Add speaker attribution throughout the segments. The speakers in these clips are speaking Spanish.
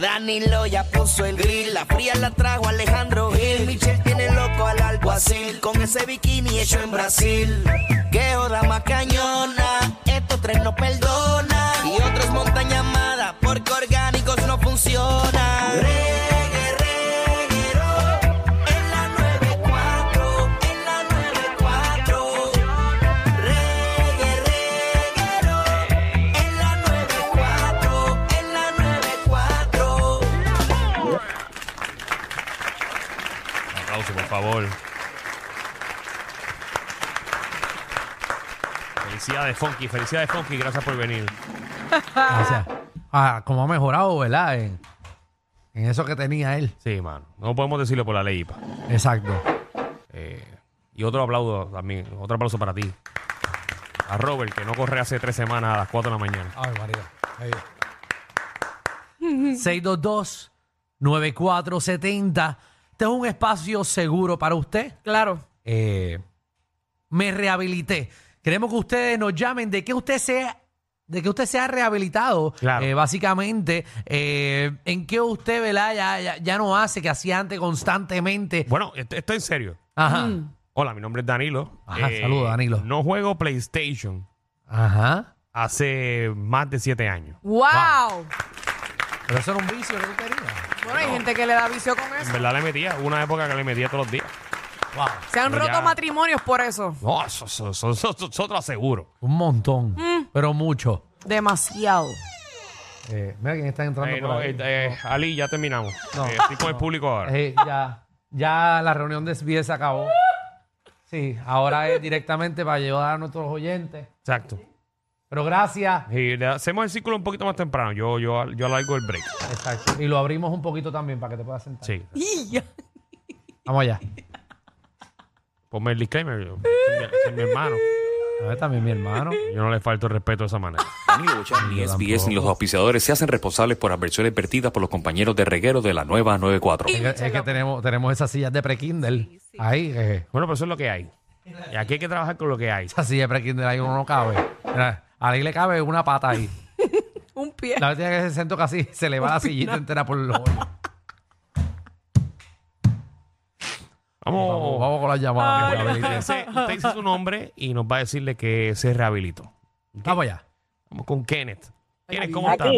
Speaker 1: Danilo ya puso el grill. La fría la trajo Alejandro Gil. Michelle tiene loco al alguacil. Con ese bikini hecho en Brasil. Qué hora más cañona. Estos tres no perdonan. Y otros montan llamada porque orgánicos no funcionan. Reggae, reguero. En la 94. En la 94. Reggae, reguero. En la 94. En la 94.
Speaker 2: Un aplauso, por favor. Felicidades, Funky. Felicidades, Funky. Gracias por venir.
Speaker 3: Gracias. Ah, como ha mejorado, ¿verdad? En, en eso que tenía él.
Speaker 2: Sí, man. No podemos decirlo por la ley, IPA.
Speaker 3: Exacto.
Speaker 2: Eh, y otro aplauso también. Otro aplauso para ti. A Robert, que no corre hace tres semanas a las 4 de la mañana.
Speaker 3: Ay, María. 622-9470. Este es un espacio seguro para usted.
Speaker 4: Claro.
Speaker 3: Eh, me rehabilité. Queremos que ustedes nos llamen de que usted sea de que usted sea rehabilitado,
Speaker 2: Claro.
Speaker 3: Eh, básicamente, eh, en qué usted ¿verdad? Ya, ya, ya no hace, que hacía antes constantemente.
Speaker 2: Bueno, esto, esto en serio.
Speaker 3: Ajá,
Speaker 2: Hola, mi nombre es Danilo. Eh,
Speaker 3: Ajá, saluda, Danilo.
Speaker 2: No juego PlayStation
Speaker 3: ajá.
Speaker 2: hace más de siete años.
Speaker 4: ¡Wow!
Speaker 3: Pero eso era un vicio que tú tenías.
Speaker 4: Bueno, hay gente que le da vicio con
Speaker 2: En
Speaker 4: eso.
Speaker 2: verdad le metía, hubo una época que le metía todos los días.
Speaker 3: Wow.
Speaker 4: Se han
Speaker 2: Pero
Speaker 4: roto
Speaker 2: ya-
Speaker 4: matrimonios por eso.
Speaker 2: No, eso, eso, eso, eso- eso- eso te lo aseguro.
Speaker 3: Un montón, pero mucho.
Speaker 4: Demasiado.
Speaker 3: Eh, mira quién está entrando
Speaker 2: Eh,
Speaker 3: por
Speaker 2: no,
Speaker 3: ahí.
Speaker 2: eh, eh, Ali, ya terminamos.
Speaker 3: No.
Speaker 2: Eh, estoy con el público ahora.
Speaker 3: Eh, ya, ya la reunión de SBS se acabó. Sí, ahora es directamente para ayudar a nuestros oyentes.
Speaker 2: Exacto.
Speaker 3: Pero gracias.
Speaker 2: Y le hacemos el círculo un poquito más temprano. Yo, yo, yo alargo el break.
Speaker 3: Exacto. Y lo abrimos un poquito también para que te puedas sentar.
Speaker 2: Sí.
Speaker 3: Vamos allá.
Speaker 2: Ponme el disclaimer. Yo, soy, mi, soy mi hermano.
Speaker 3: A ver, también mi hermano.
Speaker 2: Yo no le falto el respeto de esa manera.
Speaker 5: Ni Bochan, ni SBS, ni los auspiciadores se hacen responsables por adversiones vertidas por los compañeros de reguero de la nueva 94.
Speaker 3: Es que, es que tenemos, tenemos esas sillas de pre-Kindle. Ahí, eh,
Speaker 2: Bueno, pero eso es lo que hay. Y aquí hay que trabajar con lo que hay.
Speaker 3: esa silla de pre-Kindle ahí uno no cabe. Mira, a Ley le cabe una pata ahí.
Speaker 4: Un pie.
Speaker 3: La última que se sentó casi se le va la sillita entera por los hoyos.
Speaker 4: Oh.
Speaker 2: Vamos.
Speaker 3: Vamos, vamos con las llamadas. mi abuelita.
Speaker 2: Usted, usted dice su nombre y nos va a decirle que se rehabilitó.
Speaker 3: Vamos allá.
Speaker 2: Vamos con Kenneth. Kenneth, ¿cómo estás?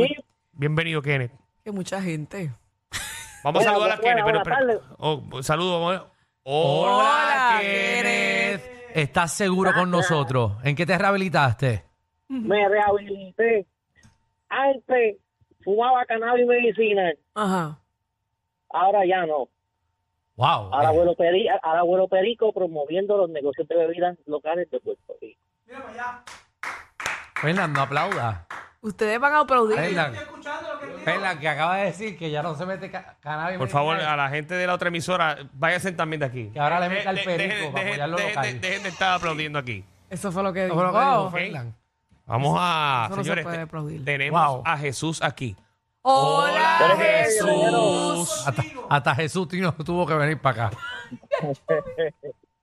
Speaker 2: Bienvenido, Kenneth.
Speaker 4: Que mucha gente.
Speaker 2: Vamos a
Speaker 6: Hola,
Speaker 2: saludar a
Speaker 6: buenas,
Speaker 2: Kenneth. Pero,
Speaker 6: buenas
Speaker 2: pero, oh, saludos. vamos a-
Speaker 4: Hola,
Speaker 3: ¿Estás seguro con nosotros? ¿En qué te rehabilitaste?
Speaker 6: me rehabilité. Antes fumaba cannabis medicinal,
Speaker 4: Ajá.
Speaker 6: ahora ya no.
Speaker 3: Wow.
Speaker 6: Ahora vuelo, peri- ahora vuelo perico promoviendo los negocios de bebidas locales de Puerto Rico.
Speaker 3: Fernando, aplauda.
Speaker 4: Ustedes van a aplaudir.
Speaker 3: Fernan, Fernan, que acaba de decir que ya no se mete ca- cannabis.
Speaker 2: Por
Speaker 3: medicinal,
Speaker 2: favor, a la gente de la otra emisora, váyanse también de aquí.
Speaker 3: Que ahora le
Speaker 2: De-
Speaker 3: meta el
Speaker 2: de-
Speaker 3: perico
Speaker 2: dejen-
Speaker 3: para apoyar lo
Speaker 2: dejen-
Speaker 3: local.
Speaker 2: dejen- dejen de estar aplaudiendo aquí.
Speaker 4: Eso fue lo que
Speaker 3: Eso
Speaker 4: dijo.
Speaker 3: fue lo que dijo
Speaker 4: Wow.
Speaker 3: Fernan.
Speaker 2: Vamos a.
Speaker 4: Eso no se
Speaker 2: señores,
Speaker 4: puede
Speaker 2: te-
Speaker 4: aplaudir.
Speaker 2: tenemos
Speaker 3: Wow.
Speaker 2: a Jesús aquí.
Speaker 4: Hola,
Speaker 6: Hola,
Speaker 4: Jesús.
Speaker 3: Hasta, hasta Jesús Tino tuvo que venir para acá.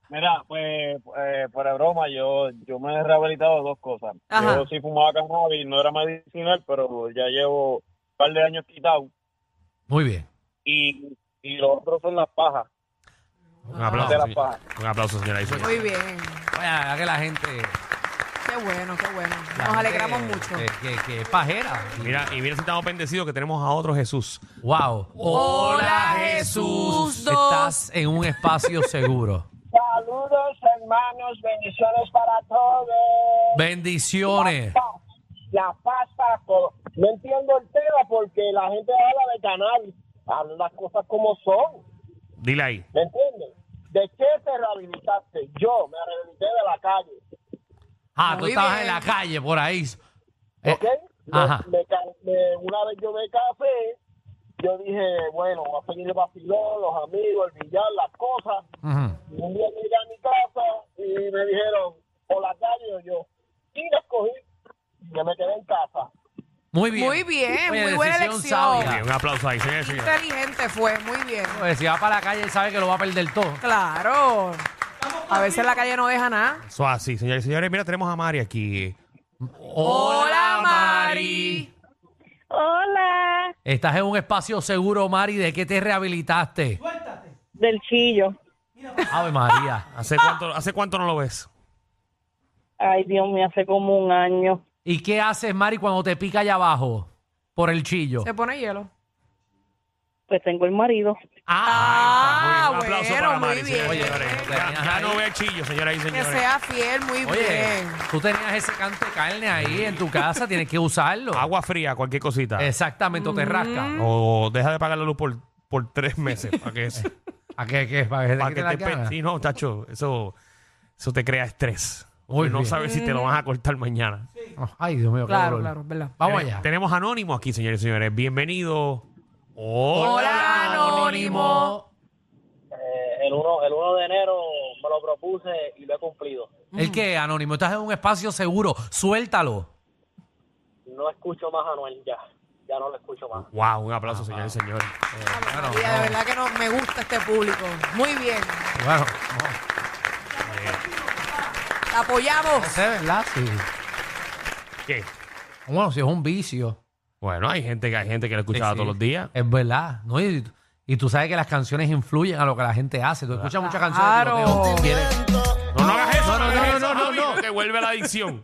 Speaker 7: Mira, pues eh, fuera de broma, yo, yo me he rehabilitado dos cosas.
Speaker 4: Ajá.
Speaker 7: Yo sí fumaba cannabis, no era medicinal, pero ya llevo un par de años quitado.
Speaker 3: Muy bien.
Speaker 7: Y, y los otros son las pajas.
Speaker 2: Un aplauso.
Speaker 7: De la
Speaker 2: señor. Un aplauso, señora. Eso-
Speaker 4: Ah. Muy bien.
Speaker 3: Oye, la verdad que la gente.
Speaker 4: Qué bueno, qué bueno.
Speaker 3: la
Speaker 4: Nos
Speaker 3: gente
Speaker 4: alegramos mucho.
Speaker 3: Que, que- que es pajera.
Speaker 2: Mira, y mira si estamos bendecidos que tenemos a otro Jesús.
Speaker 3: Wow.
Speaker 4: Hola, Jesús dos.
Speaker 3: Estás en un espacio seguro.
Speaker 6: Saludos, hermanos, bendiciones para todos.
Speaker 3: Bendiciones.
Speaker 6: La paz para todos. No entiendo el tema porque la gente habla de cannabis, hablan las cosas como son.
Speaker 2: Dile ahí.
Speaker 6: ¿Me entiendes? ¿De qué te rehabilitaste? Yo me rehabilité de la calle.
Speaker 3: Ah, tú
Speaker 4: Muy
Speaker 3: estabas en
Speaker 4: bien.
Speaker 3: la calle por ahí. Eh,
Speaker 6: ¿Ok? Me-
Speaker 3: Ajá.
Speaker 6: me ca- me- una vez yo me café, yo dije, bueno, voy a seguir el vacilón, los amigos, el billar, las cosas.
Speaker 3: Ujú.
Speaker 6: Y un día llegué a mi casa y me dijeron, o la calle o yo. Y la escogí y me quedé en casa.
Speaker 3: Muy bien.
Speaker 4: Muy bien, muy buena
Speaker 3: decisión
Speaker 4: elección.
Speaker 2: Muy
Speaker 3: sabia.
Speaker 2: bien, un aplauso ahí, señores y señores.
Speaker 4: Inteligente fue, muy bien.
Speaker 3: Pues, si va para la calle, él sabe que lo va a perder todo.
Speaker 4: Claro. A veces la calle no deja nada.
Speaker 2: Eso así, señores y señores. Mira, tenemos a Mari aquí.
Speaker 4: Hola, Mari.
Speaker 8: Hola,
Speaker 3: Estás en un espacio seguro, Mari. ¿De qué te rehabilitaste?
Speaker 8: del chillo.
Speaker 3: Ave María.
Speaker 2: ¿Hace
Speaker 4: Ah.
Speaker 2: cuánto, ¿Hace cuánto no lo ves?
Speaker 8: Ay, Dios mío, hace como un año.
Speaker 3: ¿Y qué haces, Mari, cuando te pica allá abajo? Por el chillo.
Speaker 4: Se pone hielo.
Speaker 8: Pues tengo el marido.
Speaker 4: Ah,
Speaker 2: Muy bien, un aplauso
Speaker 4: bueno,
Speaker 2: para
Speaker 4: muy
Speaker 2: Mari, señoras y
Speaker 4: bien.
Speaker 2: señores. Ya, ya no ve chillo, señoras y
Speaker 4: Que
Speaker 2: señores.
Speaker 4: sea fiel, muy
Speaker 3: Oye,
Speaker 4: bien.
Speaker 3: tú tenías ese canto de carne ahí en tu casa, tienes que usarlo.
Speaker 2: Agua fría, cualquier cosita.
Speaker 3: Exactamente, o te
Speaker 4: Mm.
Speaker 3: rasca.
Speaker 2: O deja de pagar la luz por, por tres meses. para que,
Speaker 3: ¿A qué, qué? ¿Para que te
Speaker 2: para
Speaker 3: quite
Speaker 2: que
Speaker 3: las
Speaker 2: te pe-
Speaker 3: ganas?
Speaker 2: Sí, no, tacho, eso, eso te crea estrés.
Speaker 3: Muy
Speaker 2: Y no
Speaker 3: bien.
Speaker 2: sabes si te lo vas a cortar mañana.
Speaker 3: Oh, Ay, Dios mío, qué
Speaker 4: Claro,
Speaker 3: dolor.
Speaker 4: claro, es verdad.
Speaker 3: Vamos
Speaker 2: Tenemos-
Speaker 3: allá.
Speaker 2: Tenemos anónimo aquí, señores y señores. Bienvenido.
Speaker 4: Hola, Anónimo.
Speaker 6: Eh, el, 1, el 1 de enero me lo propuse y lo he cumplido.
Speaker 4: Mm.
Speaker 3: ¿El qué, Anónimo? Estás en un espacio seguro. Suéltalo.
Speaker 6: No escucho más a Noel ya. Ya no lo escucho más.
Speaker 2: Wow, un
Speaker 3: Ah,
Speaker 2: aplauso, señores y señores. Ah,
Speaker 4: María, de verdad que no, me gusta este público. Muy bien.
Speaker 3: Bueno, no,
Speaker 4: La apoyamos.
Speaker 3: no sé, ¿verdad? Sí.
Speaker 2: ¿Qué?
Speaker 3: Bueno, si es un vicio.
Speaker 2: Bueno, hay gente que hay gente que lo escuchaba
Speaker 3: Sí, sí.
Speaker 2: todos los días.
Speaker 3: Es verdad. ¿no? Y, y tú sabes que las canciones influyen a lo que la gente hace. Tú escuchas muchas canciones.
Speaker 4: Claro.
Speaker 3: tiroteo, tienes-
Speaker 2: No, no hagas eso,
Speaker 3: No, no,
Speaker 2: hagas
Speaker 3: no,
Speaker 2: eso,
Speaker 3: no, no,
Speaker 2: Javi,
Speaker 3: no.
Speaker 2: Que vuelve la adicción.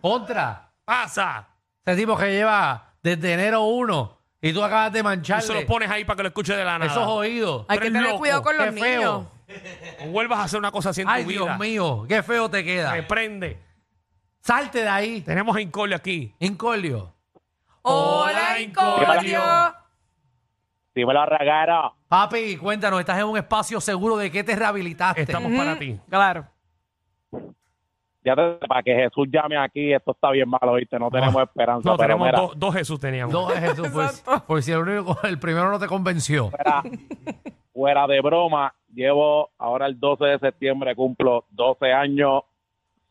Speaker 3: Contra.
Speaker 2: Pasa.
Speaker 3: Ese tipo que lleva desde enero 1 y tú acabas de
Speaker 2: Tú
Speaker 3: mancharle
Speaker 2: se lo pones ahí para que lo escuche de la nada.
Speaker 3: esos oídos.
Speaker 4: Hay que
Speaker 2: eres
Speaker 4: tener
Speaker 2: loco,
Speaker 4: cuidado con los
Speaker 3: qué feo.
Speaker 4: niños.
Speaker 2: No vuelvas a hacer una cosa así en
Speaker 3: Ay,
Speaker 2: tu vida.
Speaker 3: Dios mío, qué feo te queda.
Speaker 2: Reprende.
Speaker 3: Salte de ahí,
Speaker 2: Tenemos a Incordio aquí.
Speaker 3: Incolio.
Speaker 4: Hola,
Speaker 2: Incordio.
Speaker 4: Incordio.
Speaker 7: Dímelo, Ragara.
Speaker 3: Papi, cuéntanos, estás en un espacio seguro de qué te rehabilitaste.
Speaker 2: Estamos para ti.
Speaker 4: Claro.
Speaker 7: Ya te- para que Jesús llame aquí, esto está bien malo, ¿viste? No tenemos esperanza.
Speaker 2: No,
Speaker 7: pero
Speaker 2: tenemos
Speaker 7: mira,
Speaker 2: dos, dos Jesús teníamos. Ah,
Speaker 3: No, Jesús, pues,
Speaker 4: Exacto.
Speaker 3: por si el, único- el primero no te convenció.
Speaker 7: fuera, fuera de broma, llevo ahora el 12 de septiembre, cumplo 12 años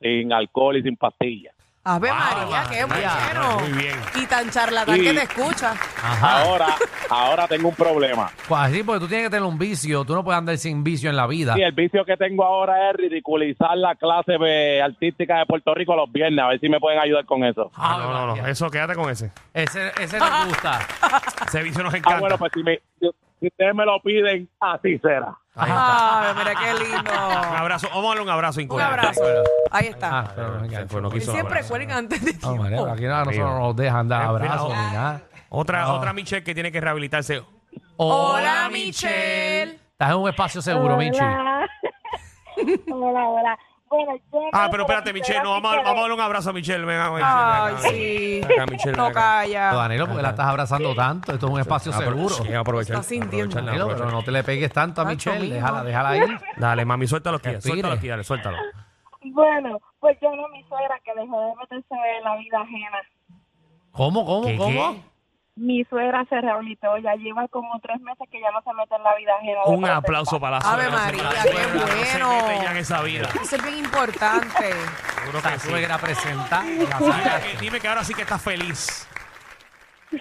Speaker 7: sin alcohol y sin pastillas.
Speaker 4: Ave
Speaker 2: Wow,
Speaker 4: María, qué
Speaker 2: María.
Speaker 4: bueno.
Speaker 2: Muy bien.
Speaker 4: Y tan charlatán
Speaker 7: Sí.
Speaker 4: que te escucha.
Speaker 3: Ajá.
Speaker 7: Ahora, ahora tengo un problema.
Speaker 3: Pues así, porque tú tienes que tener un vicio, tú no puedes andar sin vicio en la vida. Ah,
Speaker 7: Sí, el vicio que tengo ahora es ridiculizar la clase eh, artística de Puerto Rico los viernes. A ver si me pueden ayudar con eso.
Speaker 2: Ah,
Speaker 3: Ave
Speaker 2: no, no, no.
Speaker 3: María.
Speaker 2: Eso, quédate con ese.
Speaker 3: Ese, ese nos gusta.
Speaker 2: Ese vicio nos
Speaker 7: Ah,
Speaker 2: encanta.
Speaker 7: bueno, pues si, me- si- si ustedes me lo piden, así será.
Speaker 2: Ahí
Speaker 3: Ah,
Speaker 2: está.
Speaker 4: Ay, mira qué
Speaker 2: Un
Speaker 7: ah.
Speaker 4: lindo.
Speaker 2: abrazo. Vamos a darle un abrazo,
Speaker 4: Un
Speaker 2: Incordio.
Speaker 4: abrazo. Ahí está.
Speaker 3: Ah, pero no me
Speaker 2: Se fue, no
Speaker 4: Y
Speaker 2: quiso
Speaker 4: siempre
Speaker 2: abrazar.
Speaker 4: cuelgan antes de
Speaker 3: Ah,
Speaker 2: Oh,
Speaker 4: tiempo.
Speaker 3: María, pero aquí no, a nosotros no nos dejan dar abrazos ni nada.
Speaker 2: Otra,
Speaker 7: Ah.
Speaker 3: No.
Speaker 2: otra Michelle que tiene que rehabilitarse.
Speaker 4: Hola, Michelle.
Speaker 3: Estás en un espacio seguro, Michi.
Speaker 8: Hola, hola. hola. Bueno, yo
Speaker 2: Ah,
Speaker 8: creo
Speaker 2: pero
Speaker 8: que
Speaker 2: espérate,
Speaker 8: la
Speaker 2: Michelle. No,
Speaker 8: primera
Speaker 2: vamos, a,
Speaker 8: vez que
Speaker 2: vamos a darle un abrazo a Michelle. Venga, Michelle.
Speaker 4: Ay,
Speaker 2: venga,
Speaker 4: sí.
Speaker 2: venga, Michelle,
Speaker 4: No
Speaker 2: venga.
Speaker 3: Pero,
Speaker 4: calla.
Speaker 3: Danilo, porque la estás abrazando tanto. Esto es un espacio
Speaker 2: Apro-
Speaker 3: seguro.
Speaker 2: Ah, pues, Sí, aprovechar.
Speaker 4: Está sintiendo.
Speaker 2: aprovechar,
Speaker 3: Danilo,
Speaker 2: aprovechar.
Speaker 3: pero no te le pegues tanto a
Speaker 4: Nacho,
Speaker 3: Michelle.
Speaker 4: mijo.
Speaker 3: Déjala, déjala ahí.
Speaker 2: Dale, mami, suéltalo aquí.
Speaker 3: Respire.
Speaker 2: Suéltalo aquí, dale, suéltalo.
Speaker 8: le- Bueno, pues yo no mi suegra que dejó de meterse en la vida ajena.
Speaker 3: ¿Cómo, cómo,
Speaker 2: ¿Qué,
Speaker 3: cómo?
Speaker 2: qué?
Speaker 8: Mi suegra se rehabilitó, ya lleva como tres meses que ya no se mete en la vida ajena.
Speaker 2: Un aplauso para la
Speaker 4: Ave
Speaker 2: suegra,
Speaker 4: María,
Speaker 2: para la
Speaker 4: qué
Speaker 2: suegra, No se
Speaker 4: bueno.
Speaker 2: mete ya en esa vida.
Speaker 4: Eso es bien importante.
Speaker 2: Seguro que
Speaker 3: La
Speaker 2: sí.
Speaker 3: suegra presenta.
Speaker 2: Dime que- Dime que ahora sí que estás feliz.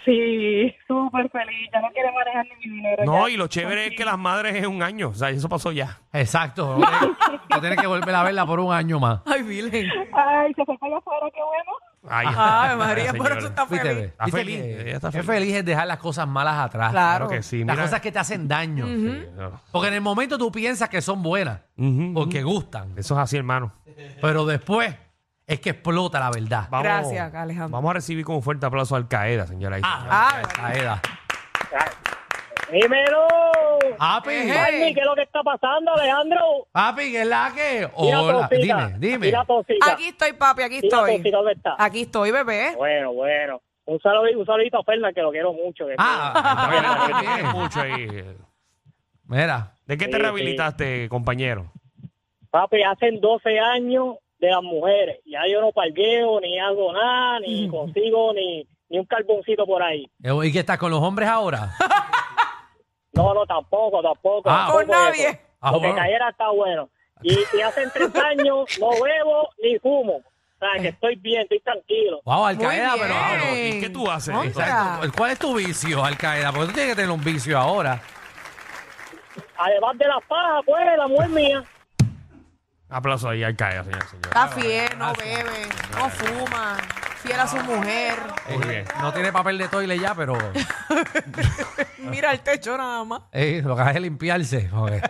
Speaker 8: Sí, súper feliz, ya no quiere manejar ni mi dinero.
Speaker 2: No,
Speaker 8: ya.
Speaker 2: y lo chévere es que las madres es un año. O sea, eso pasó ya.
Speaker 3: Exacto. No tienes, no tienes que volver a verla por un año más.
Speaker 4: Ay, Virgen.
Speaker 8: Ay, se fue para afuera, qué bueno.
Speaker 2: Ahí está.
Speaker 4: Ave María,
Speaker 2: Ay,
Speaker 4: por eso
Speaker 2: señores.
Speaker 4: está
Speaker 3: Viste, ve.
Speaker 4: feliz.
Speaker 2: Está
Speaker 3: Viste
Speaker 2: feliz,
Speaker 3: que-
Speaker 2: ella está
Speaker 3: Qué
Speaker 2: feliz.
Speaker 3: feliz es dejar las cosas malas atrás.
Speaker 4: Claro.
Speaker 2: Claro que sí.
Speaker 3: Las
Speaker 2: Mira.
Speaker 3: cosas que te hacen daño. Porque en el momento tú piensas que son buenas,
Speaker 2: Ujú,
Speaker 3: porque gustan.
Speaker 2: Mm-hmm. Eso es así, hermano.
Speaker 3: Pero después es que explota la verdad.
Speaker 2: Vamos-
Speaker 4: Gracias, Alejandro.
Speaker 2: Vamos a recibir con un fuerte aplauso al Qaeda, señora.
Speaker 4: Ah,
Speaker 3: Aeda.
Speaker 6: ¡Dímelo!
Speaker 3: Papi,
Speaker 4: Ejé.
Speaker 6: ¿Qué es lo que está pasando, Alejandro?
Speaker 3: papi, ¿qué es la que?
Speaker 6: Mira,
Speaker 3: Hola,
Speaker 6: Tosita.
Speaker 3: dime, dime. Ah.
Speaker 6: Mira, Tosita.
Speaker 4: Aquí estoy, papi, aquí
Speaker 6: Mira,
Speaker 4: estoy.
Speaker 6: Tosita, ¿dónde está?
Speaker 4: Aquí estoy, bebé.
Speaker 6: Bueno, bueno. Un saludito, un saludito a Fernan, que lo quiero mucho. que-
Speaker 3: Ah, está bien,
Speaker 2: Tiene
Speaker 3: está bien.
Speaker 2: mucho ahí.
Speaker 3: Mira,
Speaker 2: ¿De qué
Speaker 6: Sí,
Speaker 2: te
Speaker 6: sí.
Speaker 2: rehabilitaste, compañero?
Speaker 6: Papi, hacen 12 años de las mujeres. Ya yo no palgueo, ni hago nada, ni consigo ni, ni un carboncito por ahí.
Speaker 3: ¿y qué estás con los hombres ahora?
Speaker 6: No, no, tampoco, tampoco.
Speaker 3: Ah.
Speaker 6: tampoco
Speaker 4: Con nadie.
Speaker 6: eso.
Speaker 3: Ah,
Speaker 6: Lo que
Speaker 3: bueno.
Speaker 6: cayera está bueno. Y, y hace tres años no bebo ni fumo. O sea, que estoy bien, estoy tranquilo.
Speaker 3: Wow,
Speaker 4: Muy
Speaker 3: Alcaeda, pero.
Speaker 4: bien.
Speaker 2: Claro, ¿y qué tú haces?
Speaker 4: Contra.
Speaker 3: Exacto. ¿Cuál es tu vicio, Alcaeda? Porque tú tienes que tener un vicio ahora.
Speaker 6: Además de la paja, pues, la mujer mía.
Speaker 2: Aplauso ahí al Qaeda, señora. señora.
Speaker 4: Está fiel, no bebe, no fuma. fiel a su mujer.
Speaker 2: Muy bien.
Speaker 3: No tiene papel de toile ya, pero
Speaker 4: Mira el techo nada más.
Speaker 3: eh, lo que hace es limpiarse. porque-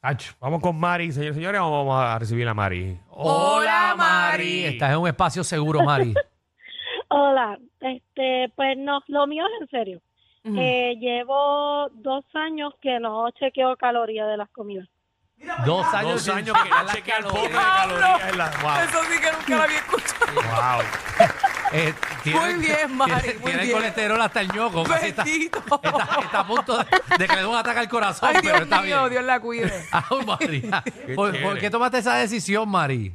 Speaker 3: Ach,
Speaker 2: Vamos con Mari, señores y señores, o vamos a recibir a Mari.
Speaker 4: Hola, Mari.
Speaker 3: Estás en un espacio seguro, Mari.
Speaker 8: Hola, este, pues no, lo mío es en serio.
Speaker 4: Ujú.
Speaker 8: Eh, llevo dos años que no chequeo calorías de las comidas.
Speaker 3: Dos años,
Speaker 2: Dos
Speaker 3: sin
Speaker 2: años que
Speaker 3: chequear
Speaker 2: no
Speaker 3: las
Speaker 2: chequea el poco de
Speaker 3: calorías.
Speaker 2: calorías en la...
Speaker 4: Eso sí que nunca la había escuchado.
Speaker 2: Wow, wow.
Speaker 3: Eh,
Speaker 4: Muy bien, Mari,
Speaker 3: Tiene,
Speaker 4: muy
Speaker 3: tiene
Speaker 4: bien.
Speaker 3: colesterol hasta el ñoco. casi está,
Speaker 4: Bendito.
Speaker 3: está- está a punto de, de que le dé un ataque al corazón,
Speaker 4: Ay,
Speaker 3: pero
Speaker 4: Dios
Speaker 3: está
Speaker 4: mío,
Speaker 3: bien.
Speaker 4: Dios la cuide.
Speaker 3: Ay, María. ¿Por,
Speaker 2: chévere.
Speaker 3: por qué tomaste esa decisión, Mari?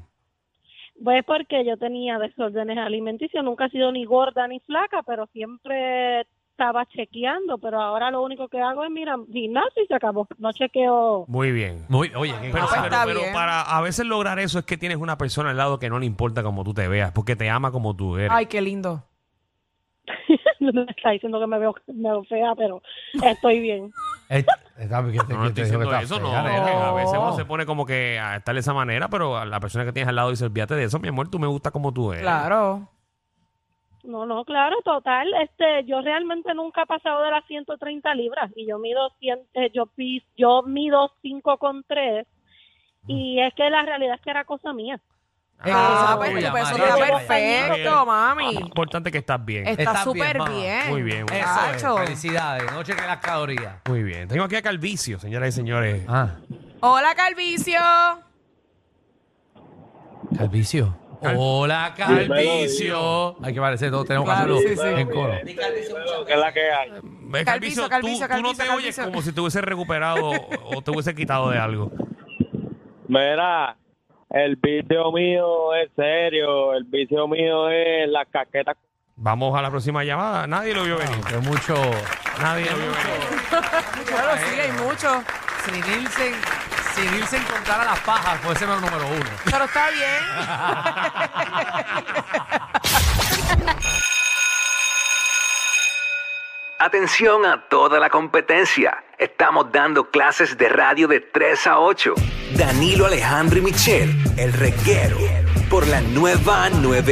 Speaker 8: Pues porque yo tenía desórdenes alimenticios, nunca he sido ni gorda ni flaca, pero siempre estaba chequeando, pero ahora lo único que hago es, mira, gimnasio y se acabó, no chequeo.
Speaker 2: Muy bien.
Speaker 3: Muy, oye, qué
Speaker 2: Pero,
Speaker 4: Ah, pues
Speaker 2: pero-
Speaker 4: está
Speaker 2: pero
Speaker 4: bien.
Speaker 2: para a veces lograr eso es que tienes una persona al lado que no le importa como tú te veas, porque te ama como tú eres.
Speaker 4: Ay, qué lindo.
Speaker 8: me está diciendo que me veo, me veo fea, pero estoy bien.
Speaker 3: Eh, está- que te-
Speaker 2: no, no
Speaker 3: que
Speaker 2: estoy
Speaker 3: te digo que
Speaker 2: diciendo
Speaker 3: está
Speaker 2: eso,
Speaker 3: fea,
Speaker 2: no.
Speaker 3: nena.
Speaker 2: que A veces uno
Speaker 4: No.
Speaker 2: se pone como que a estar de esa manera, pero a la persona que tienes al lado dice, olvídate de eso, mi amor, tú me gusta como tú eres.
Speaker 4: Claro.
Speaker 8: No, no, claro, total. Este, yo realmente nunca he pasado de las 130 libras y yo mido 100, eh, yo pi- yo mido 5 con 3 y es que la realidad es que era cosa mía.
Speaker 3: Eh,
Speaker 4: Ah,
Speaker 3: cosa
Speaker 4: pues
Speaker 3: tuya,
Speaker 4: pues, eso
Speaker 3: Mari.
Speaker 4: está
Speaker 8: Mari.
Speaker 4: perfecto,
Speaker 2: Lo
Speaker 4: mami.
Speaker 2: importante que estás bien.
Speaker 4: Está
Speaker 3: Estás bien,
Speaker 4: súper
Speaker 3: mamá.
Speaker 4: bien.
Speaker 2: Muy bien, muy bien.
Speaker 3: Eso
Speaker 4: Chacho.
Speaker 3: es. Felicidades. No cheque las calorías.
Speaker 2: Muy bien. Tengo aquí a Calvicio, señoras y señores.
Speaker 3: Ah,
Speaker 4: Hola, Calvicio.
Speaker 3: Calvicio. Hola, Calvicio. Hay que parecer, todos tenemos que
Speaker 4: Claro,
Speaker 3: hacerlo
Speaker 4: sí, sí.
Speaker 3: en coro.
Speaker 7: que es la que hay.
Speaker 2: Eh,
Speaker 4: Calvicio,
Speaker 2: Calvicio,
Speaker 4: Calvicio,
Speaker 2: tú, tú no te
Speaker 4: Calvicio,
Speaker 2: oyes
Speaker 4: Calvicio.
Speaker 2: como si te hubiese recuperado o o te hubiese quitado de algo.
Speaker 7: Mira, el vicio mío es serio, el vicio mío es las casquetas.
Speaker 2: Vamos a la próxima llamada. Nadie lo vio venir.
Speaker 3: Es mucho.
Speaker 2: Nadie lo vio venir.
Speaker 4: Claro, sí, hay mucho.
Speaker 3: Sin irse, sin irse a encontrar a las pajas, puede ser el número uno.
Speaker 4: Pero está bien.
Speaker 9: Atención a toda la competencia. Estamos dando clases de radio de 3 a 8. Danilo Alejandro y Michel, el reguero, por la nueva 9.